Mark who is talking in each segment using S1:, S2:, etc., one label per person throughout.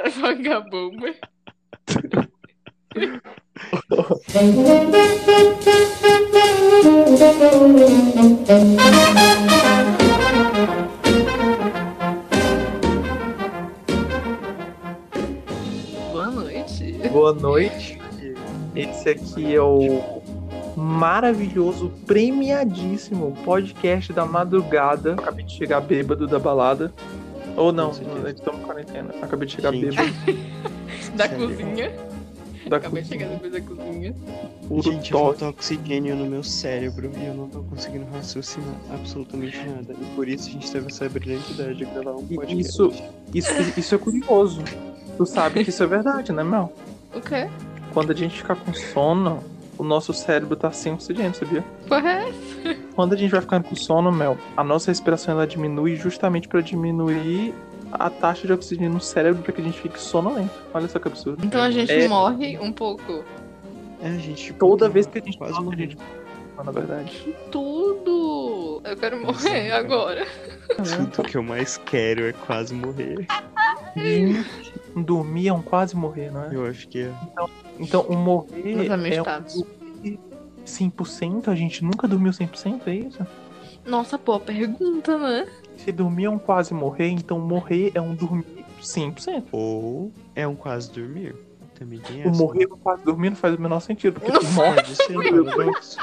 S1: Vagabumba. Boa noite.
S2: Boa noite. Esse aqui é o maravilhoso, premiadíssimo podcast da madrugada. Acabei de chegar bêbado da balada. Ou não,
S3: Com certeza.
S2: estamos em quarentena. Acabei de chegar
S3: Gente.
S2: bêbado
S1: Da
S3: Sério?
S1: cozinha.
S2: da
S1: Acabei de chegar
S2: cozinha.
S1: depois da cozinha.
S2: Puro
S3: Gente,
S2: toque.
S3: falta oxigênio no meu cérebro e eu não tô conseguindo raciocinar absolutamente nada. E por isso a gente teve essa brilhante ideia de gravar um
S2: E
S3: podcast.
S2: isso- Isso, isso é curioso. Tu sabe que isso é verdade, né, Mel?
S1: O quê?
S2: Quando a gente fica com sono, o nosso cérebro tá sem oxigênio, sabia?
S1: Porra, é essa?
S2: Quando a gente vai ficando com sono, Mel, a nossa respiração ela diminui justamente pra diminuir a taxa de oxigênio no cérebro pra que a gente fique sonolento. Olha só que absurdo.
S1: Então a gente
S2: É.
S1: morre um pouco.
S3: É, a gente. tipo,
S2: Toda
S3: tá
S2: vez que a gente né?
S3: quase
S2: toma, a gente
S3: morrendo.
S2: na verdade.
S1: Tudo! Eu quero morrer agora.
S3: Tudo que eu mais quero é quase morrer.
S2: Gente, dormir é um quase morrer, não é?
S3: Eu acho que é.
S2: Então, o morrer
S1: Nos
S2: é um
S1: amistados.
S2: 100%? A gente nunca dormiu 100%, é isso?
S1: Nossa, boa pergunta, né?
S2: Se dormir é um quase morrer, então morrer é um dormir 100%.
S3: Ou é um quase dormir. Também tem
S2: O
S3: essa.
S2: morrer com quase dormir não faz o menor sentido, porque tu morre.
S3: Pode ser um paradoxo.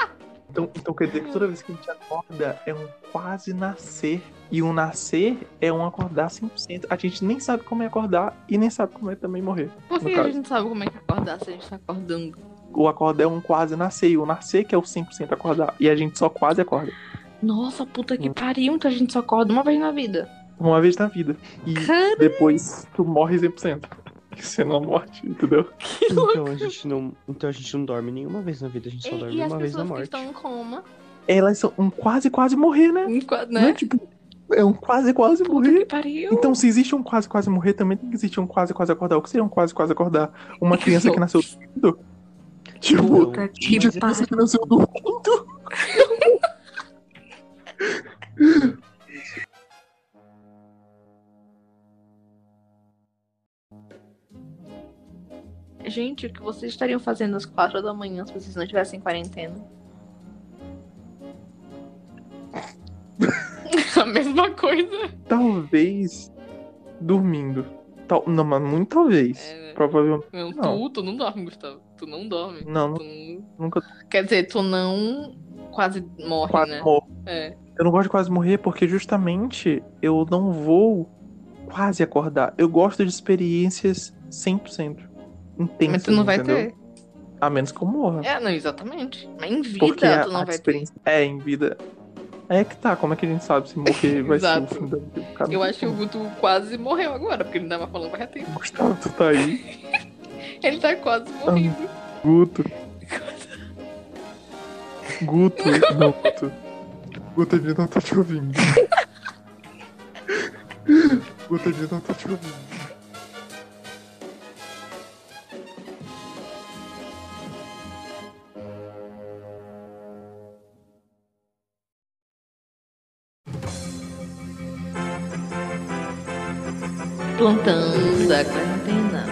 S2: Então, então quer dizer que toda vez que a gente acorda é um quase nascer. E um nascer é um acordar 100%. A gente nem sabe como é acordar e nem sabe como é também morrer.
S1: Por que
S2: No
S1: a
S2: caso.
S1: gente não sabe como é que acordar se a gente tá acordando?
S2: O acordar é um quase nascer. E o nascer que é o 100% acordar. E a gente só quase acorda.
S1: Nossa, puta que pariu, que a gente só acorda uma vez na vida.
S2: Uma vez na vida. E
S1: Cara,
S2: depois tu morre 100%. Isso é uma morte, entendeu?
S3: Então a gente não. Então a gente não dorme nenhuma vez na vida, a gente só
S1: e,
S3: dorme
S1: e as
S3: uma vez na
S1: pessoas que
S3: morte.
S1: estão em coma,
S2: Elas são um quase quase morrer, né?
S1: em qua-
S2: Não é
S1: né?
S2: tipo, é um quase quase
S1: Puta que
S2: morrer.
S1: pariu.
S2: Então, se existe um quase quase morrer, também tem que existir um quase quase acordar. O que seria um quase quase acordar? Uma criança que nasceu dormindo? Tipo,
S3: Não.
S1: Puta que
S2: de
S3: Mas
S2: criança que nasceu dormindo?
S1: Gente, o que vocês estariam fazendo às quatro da manhã se vocês não estivessem em quarentena? A mesma coisa.
S2: Talvez dormindo. Tal, não, mas muito talvez.
S1: É, né?
S2: Provavelmente.
S1: Não,
S2: Não.
S1: Tu, tu não dorme, Gustavo. Tu não dorme.
S2: Não,
S1: Tu não-
S2: nunca
S1: Quer dizer, tu não quase morre,
S2: quase
S1: né?
S2: morro.
S1: É.
S2: Eu não gosto de quase morrer porque justamente eu não vou quase acordar. Eu gosto de experiências 100% intensas.
S1: Mas tu não vai
S2: entendeu?
S1: ter.
S2: A menos que eu morra.
S1: É, não, exatamente. Mas em vida
S2: Porque a,
S1: tu não
S2: a
S1: vai ter.
S2: experiência é em vida. É que tá, como é que a gente sabe se morrer vai ser o
S1: Exato.
S2: fim da vida? do cara?
S1: Eu acho que o Guto quase morreu agora, porque ele tava falando vai ter.
S2: Gustavo, tu tá aí,
S1: Ele tá
S2: Ah.
S1: quase morrendo.
S2: Guto. Guto, não, Guto. Guto, ele não tá te ouvindo. Guto, ele não tá te ouvindo.
S1: Plantando a quarentena.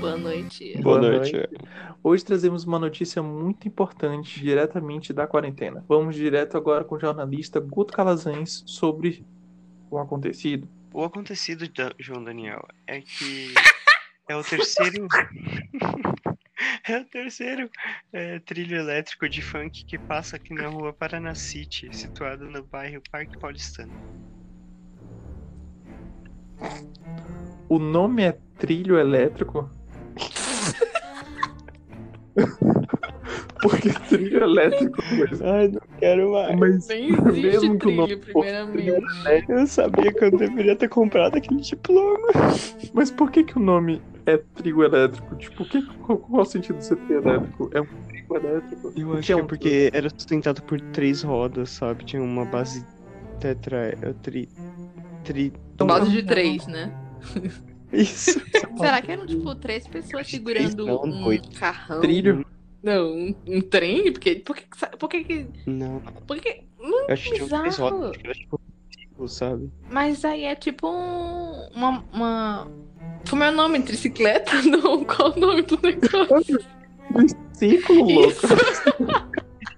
S1: Boa noite.
S2: Boa noite. Hoje trazemos uma notícia muito importante, diretamente da quarentena. Vamos direto agora com o jornalista Guto Calazans sobre o acontecido.
S3: O acontecido, da- João Daniel, é que é o terceiro. é o terceiro é, trilho elétrico de funk que passa aqui na rua Paraná City, situado no bairro Parque Paulistano.
S2: O nome é Trilho Elétrico? Porque trilho elétrico, é. mas,
S3: Ai, não quero mais.
S2: mas
S1: Nem existe
S2: mesmo que o
S1: trilho,
S2: nome fosse trilho
S1: primeiramente.
S2: elétrico,
S3: Eu sabia que eu deveria ter comprado aquele diploma.
S2: mas por que que o nome é trilho elétrico? Tipo, que, qual, qual o sentido de ser trilho elétrico? É um trilho elétrico?
S3: Eu acho
S2: Que é
S3: que é
S2: um-
S3: porque era sustentado por três rodas, sabe? Tinha uma base tetra. eh, Tri. Tri.
S2: Então,
S1: Base de três, né?
S3: Isso.
S1: Será que eram, tipo, três pessoas
S3: Acho que
S1: segurando
S3: três, não,
S1: um
S3: dois.
S1: carrão?
S2: Trilho?
S1: Não, um, um trem? Porque, por que, que sa- por que que,
S3: Não,
S1: por que, que- hum,
S3: eu acho que tinha três
S1: Bizarro.
S3: rodas. acho que Era tipo. um círculo, louco, sabe?
S1: Mas aí é tipo um, uma, uma. Como é o nome? Tricicleta? Não, qual o nome do negócio?
S2: Ciclo louco.
S1: Isso.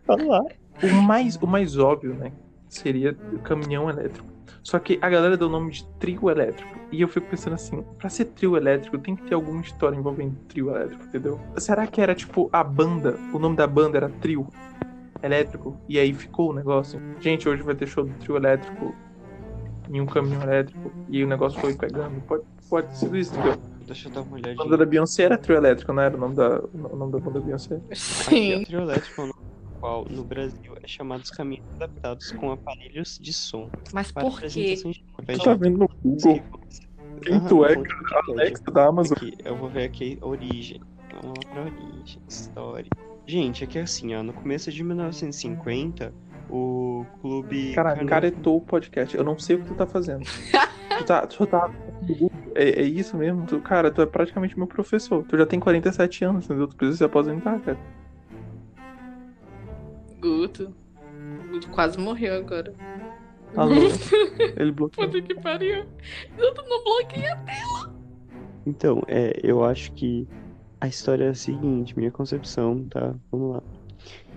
S2: Tá lá. O mais, o mais óbvio, né? Seria o caminhão elétrico. Só que a galera deu o nome de trio elétrico. E eu fico pensando assim, pra ser trio elétrico, tem que ter alguma história envolvendo trio elétrico, entendeu? Será que era tipo a banda? O nome da banda era trio elétrico? E aí ficou o negócio. Gente, hoje vai ter show do trio elétrico em um caminhão elétrico. E o negócio foi pegando. Pode, pode ter sido isso, entendeu?
S3: Deixa eu dar uma
S2: A
S3: olhadinha.
S2: banda da Beyoncé era trio elétrico, não era o nome da, o nome da banda da Beyoncé?
S3: Aqui,
S1: Sim.
S3: o trio elétrico é um nome pelo qual no Brasil é chamado os caminhos adaptados com aparelhos de som.
S1: Mas
S3: Para
S1: por quê?
S3: apresentações de através
S2: Tá
S3: de-
S2: vendo no Google? Quem tu é,
S3: Aham,
S2: Alexa da Amazon.
S3: Aqui, eu vou ver aqui origem. Vamos lá pra origem, história. Gente, aqui é assim, ó, no começo de 1950, o clube
S2: Caralho,
S3: Cano-
S2: caretou o podcast. Eu não sei o que tu tá fazendo. tu tá. Tu tá é, é isso mesmo? Tu, cara, tu é praticamente meu professor. Tu já tem 47 anos, entendeu? Tu precisa se aposentar, cara.
S1: Guto. Guto quase morreu agora.
S2: Alô? Ele bloqueou.
S1: Puta que pariu. Guto não bloqueia.
S3: Então, é, eu acho que a história é a seguinte, minha concepção, tá? Vamos lá.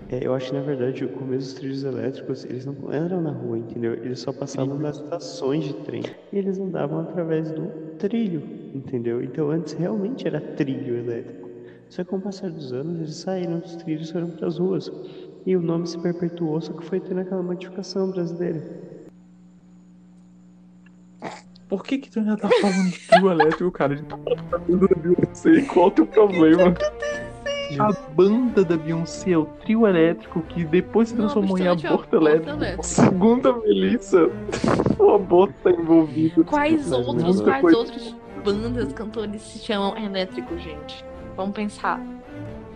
S3: É, eu acho que, na verdade, o começo dos trilhos elétricos, eles não eram na rua, entendeu? Eles só passavam nas estações de trem. E eles andavam através do trilho, entendeu? Então, antes realmente era trilho elétrico. Só que com o passar dos anos, eles saíram dos trilhos e foram para as ruas. E o nome se perpetuou, só que foi tendo aquela modificação brasileira.
S2: Por que que tu ainda tá falando de trio elétrico, cara? A gente tá falando da banda da Beyoncé. Qual o teu problema? A banda da Beyoncé é o trio elétrico que depois se
S1: Não,
S2: transformou em
S1: justamente é o
S2: aborto
S1: aborto
S2: elétrico.
S1: elétrico.
S2: Segundo a Melissa, o aborto tá envolvido.
S1: Quais
S3: Mas
S1: outros,
S2: nunca
S1: quais
S2: foi-
S1: outros bandas, cantores se chamam elétrico, gente? Vamos pensar.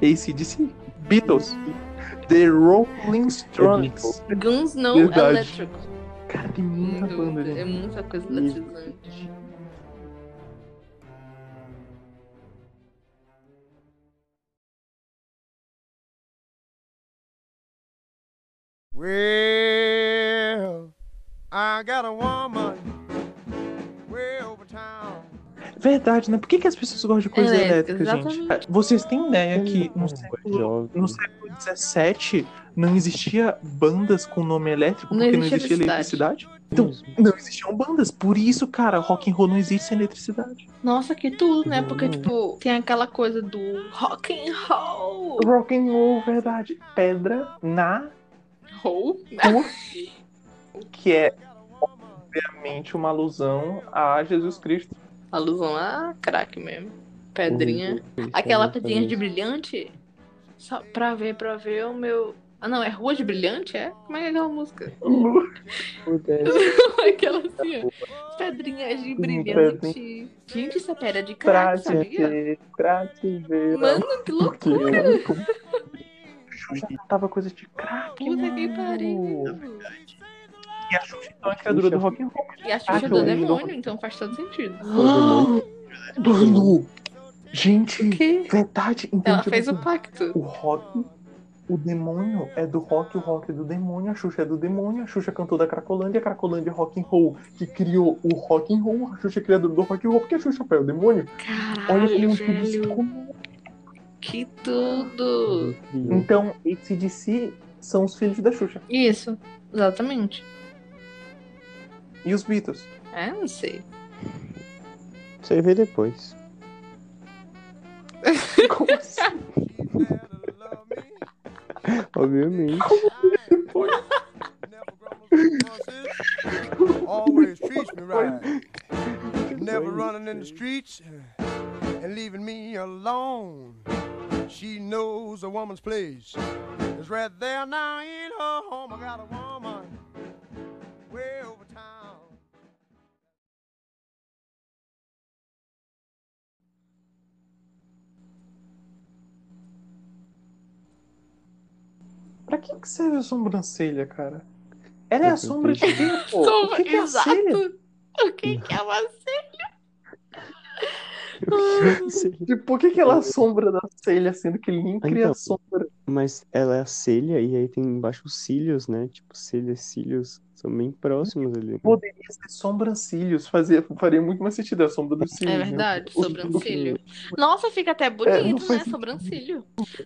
S2: ACDC, Beatles, The Rolling Stones.
S1: Guns não
S2: Verdade.
S1: elétrico.
S2: Cara, tem muita banda, né?
S1: É
S2: gente.
S1: muita coisa eletrizante.
S4: Well, I got a woman way over town.
S2: Verdade, né? Por que, que as pessoas gostam de coisa
S1: Elétrica,
S2: elétrica, gente?
S1: É, exatamente.
S2: Vocês têm ideia que no século,
S3: Jovem.
S2: no século 17 não existia bandas com nome elétrico
S1: Não
S2: porque não
S1: existia
S2: existia eletricidade? Então, não existiam bandas. Por isso, cara, rock and roll não existe sem eletricidade.
S1: Nossa, que tudo, né? Porque, tipo, tem aquela coisa do rock and roll.
S2: Rock and roll, verdade. Pedra na
S1: Roll?
S2: que é obviamente uma alusão a Jesus Cristo.
S1: Alusão a crack mesmo.
S2: Uhum.
S1: Pedrinha. Aquela pedrinha de brilhante. Só pra ver, pra ver o meu. Ah, não, é Rua de Brilhante? É? Como é que é aquela música? aquela
S2: Tá
S1: assim, ó. Pedrinha de brilhante. Gente, isso é pedra de
S2: Pra
S1: crack,
S2: te
S1: sabia?
S2: ver, pra te ver.
S1: Mano, que
S2: Porque
S1: loucura.
S2: eu tava coisa de crack,
S1: Puta que pariu.
S2: mano. E a Xuxa então é a criadora do rock and roll.
S1: E a Xuxa
S2: Ah,
S1: do
S2: não.
S1: demônio, então faz todo sentido.
S2: Mano, gente,
S1: Que?
S2: verdade.
S1: Ela
S2: entendi
S1: fez o
S2: tudo.
S1: pacto.
S2: O rock, o demônio é do rock, o rock é do demônio, a Xuxa é do demônio, a Xuxa cantou da Cracolândia, a Cracolândia é rock and roll, que criou o rock and roll, a Xuxa é criadora do rock and roll, porque a Xuxa foi o demônio. Olha que
S1: Caralho,
S2: um
S1: velho.
S2: como
S1: Que tudo.
S3: Hum.
S2: Então, ACDC são os filhos da Xuxa.
S1: Isso, exatamente.
S2: E os Beatles.
S1: É, não sei.
S3: Você vê depois.
S2: Como assim?
S3: Obviamente.
S4: Always treats me right. Never running in the streets and leaving me alone. She knows a woman's place. It's right there now in her home. I got a woman way over town.
S2: Pra que, que serve a sobrancelha, cara? Ela é a sombra de quem, pô?
S1: Toma,
S2: o que, que é a
S1: exato.
S2: cera?
S1: O que, que é uma cera? assim?
S2: Tipo, por que, que ela é a sombra da celha, sendo que ele nem cria
S3: Então.
S2: a sombra?
S3: Mas ela é a celha e aí tem embaixo os cílios, né? Tipo, celha e cílios são bem próximos ali. né?
S2: Poderia ser sobrancelhos, fazia, faria muito mais sentido a sombra né? do cílio.
S1: É verdade, sobrancelho. Nossa, fica
S2: É,
S1: até bonito, né? Sobrancelho.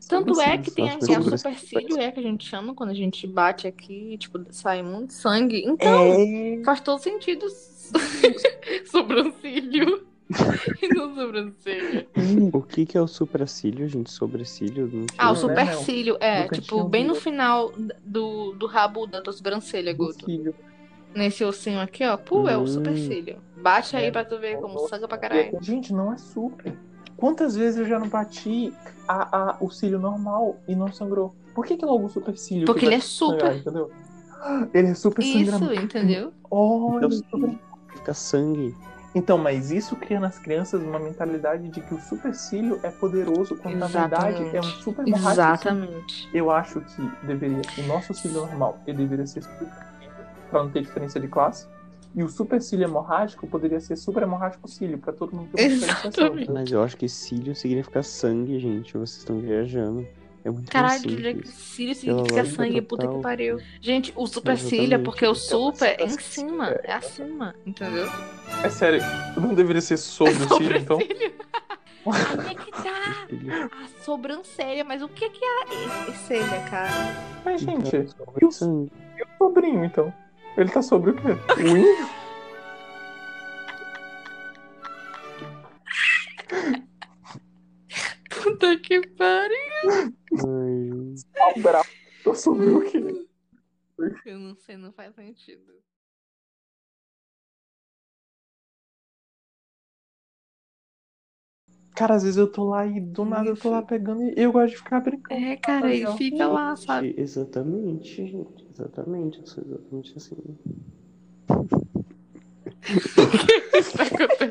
S1: Tanto é que tem aquele
S3: Sobrancelho.
S1: supercílio, é que a gente chama quando a gente bate aqui, tipo, sai muito sangue. Então,
S3: É,
S1: faz todo sentido sobrancelho. E não sobrancelho.
S3: o que que é o supracílio, gente? Sobrecílio? Não
S1: Ah, o
S2: Não,
S3: tinha-
S2: né,
S1: supercílio é,
S2: Nunca
S1: tipo,
S2: tinha
S1: bem no
S2: ouvido.
S1: final do, do rabo da tua sobrancelha, Guto.
S2: Cílio.
S1: Nesse ossinho aqui, ó. Pô, é o
S3: Hum.
S1: supercílio. Bate aí
S2: É.
S1: pra tu ver como sangra pra caralho.
S2: Gente, não é super. Quantas vezes eu já não bati a, a- o cílio normal e não sangrou? Por que, que logo o supercílio?
S1: Porque
S2: que
S1: ele é
S2: vai sangrar,
S1: super.
S2: entendeu? Ele é super
S1: Isso,
S2: sangrando.
S1: entendeu?
S2: Olha,
S3: Eu sei. Fica É sangue.
S2: Então, mas isso cria nas crianças uma mentalidade de que o supercílio é poderoso, quando na
S1: Exatamente.
S2: verdade é um super borracha.
S1: Exatamente.
S2: Eu acho que deveria, o nosso cílio normal, ele deveria ser supercílio, pra não ter diferença de classe. E o supercílio hemorrágico poderia ser super hemorrágico cílio, pra todo mundo ter uma diferenciação,
S1: Exatamente.
S2: entendeu?
S3: Mas eu acho que cílio significa sangue, gente. Vocês estão viajando. É muito
S1: Caralho,
S3: simples.
S1: Julia, cílio
S3: Pela
S1: significa
S3: lógica
S1: sangue, puta
S3: total.
S1: que pariu. Gente, o supercílio é
S3: Exatamente.
S1: porque o super é
S2: Então,
S1: em
S2: super-
S1: cima, é acima, entendeu?
S2: É sério, não deveria ser sobre o cílio, então?
S1: Sobrancelha. Aí é que tá
S3: Cílio.
S1: a sobrancelha, mas o que que é a e- e celha, cara?
S2: Mas, gente,
S3: Então,
S2: e
S3: sobre
S2: o
S3: sangue.
S2: sobrinho, então? Ele tá sobre o quê? O índio?
S1: Puta que pariu.
S3: Ai,
S2: Tá bravo. Tá sobre o quê?
S1: Eu não sei, não faz sentido.
S2: Cara, às vezes eu tô lá e do nada eu tô lá pegando e eu gosto de ficar brincando.
S1: É, cara, e fica lá, sabe?
S3: gente, Exatamente, gente. Exatamente. Eu sou exatamente assim.
S1: O que tá acontecendo?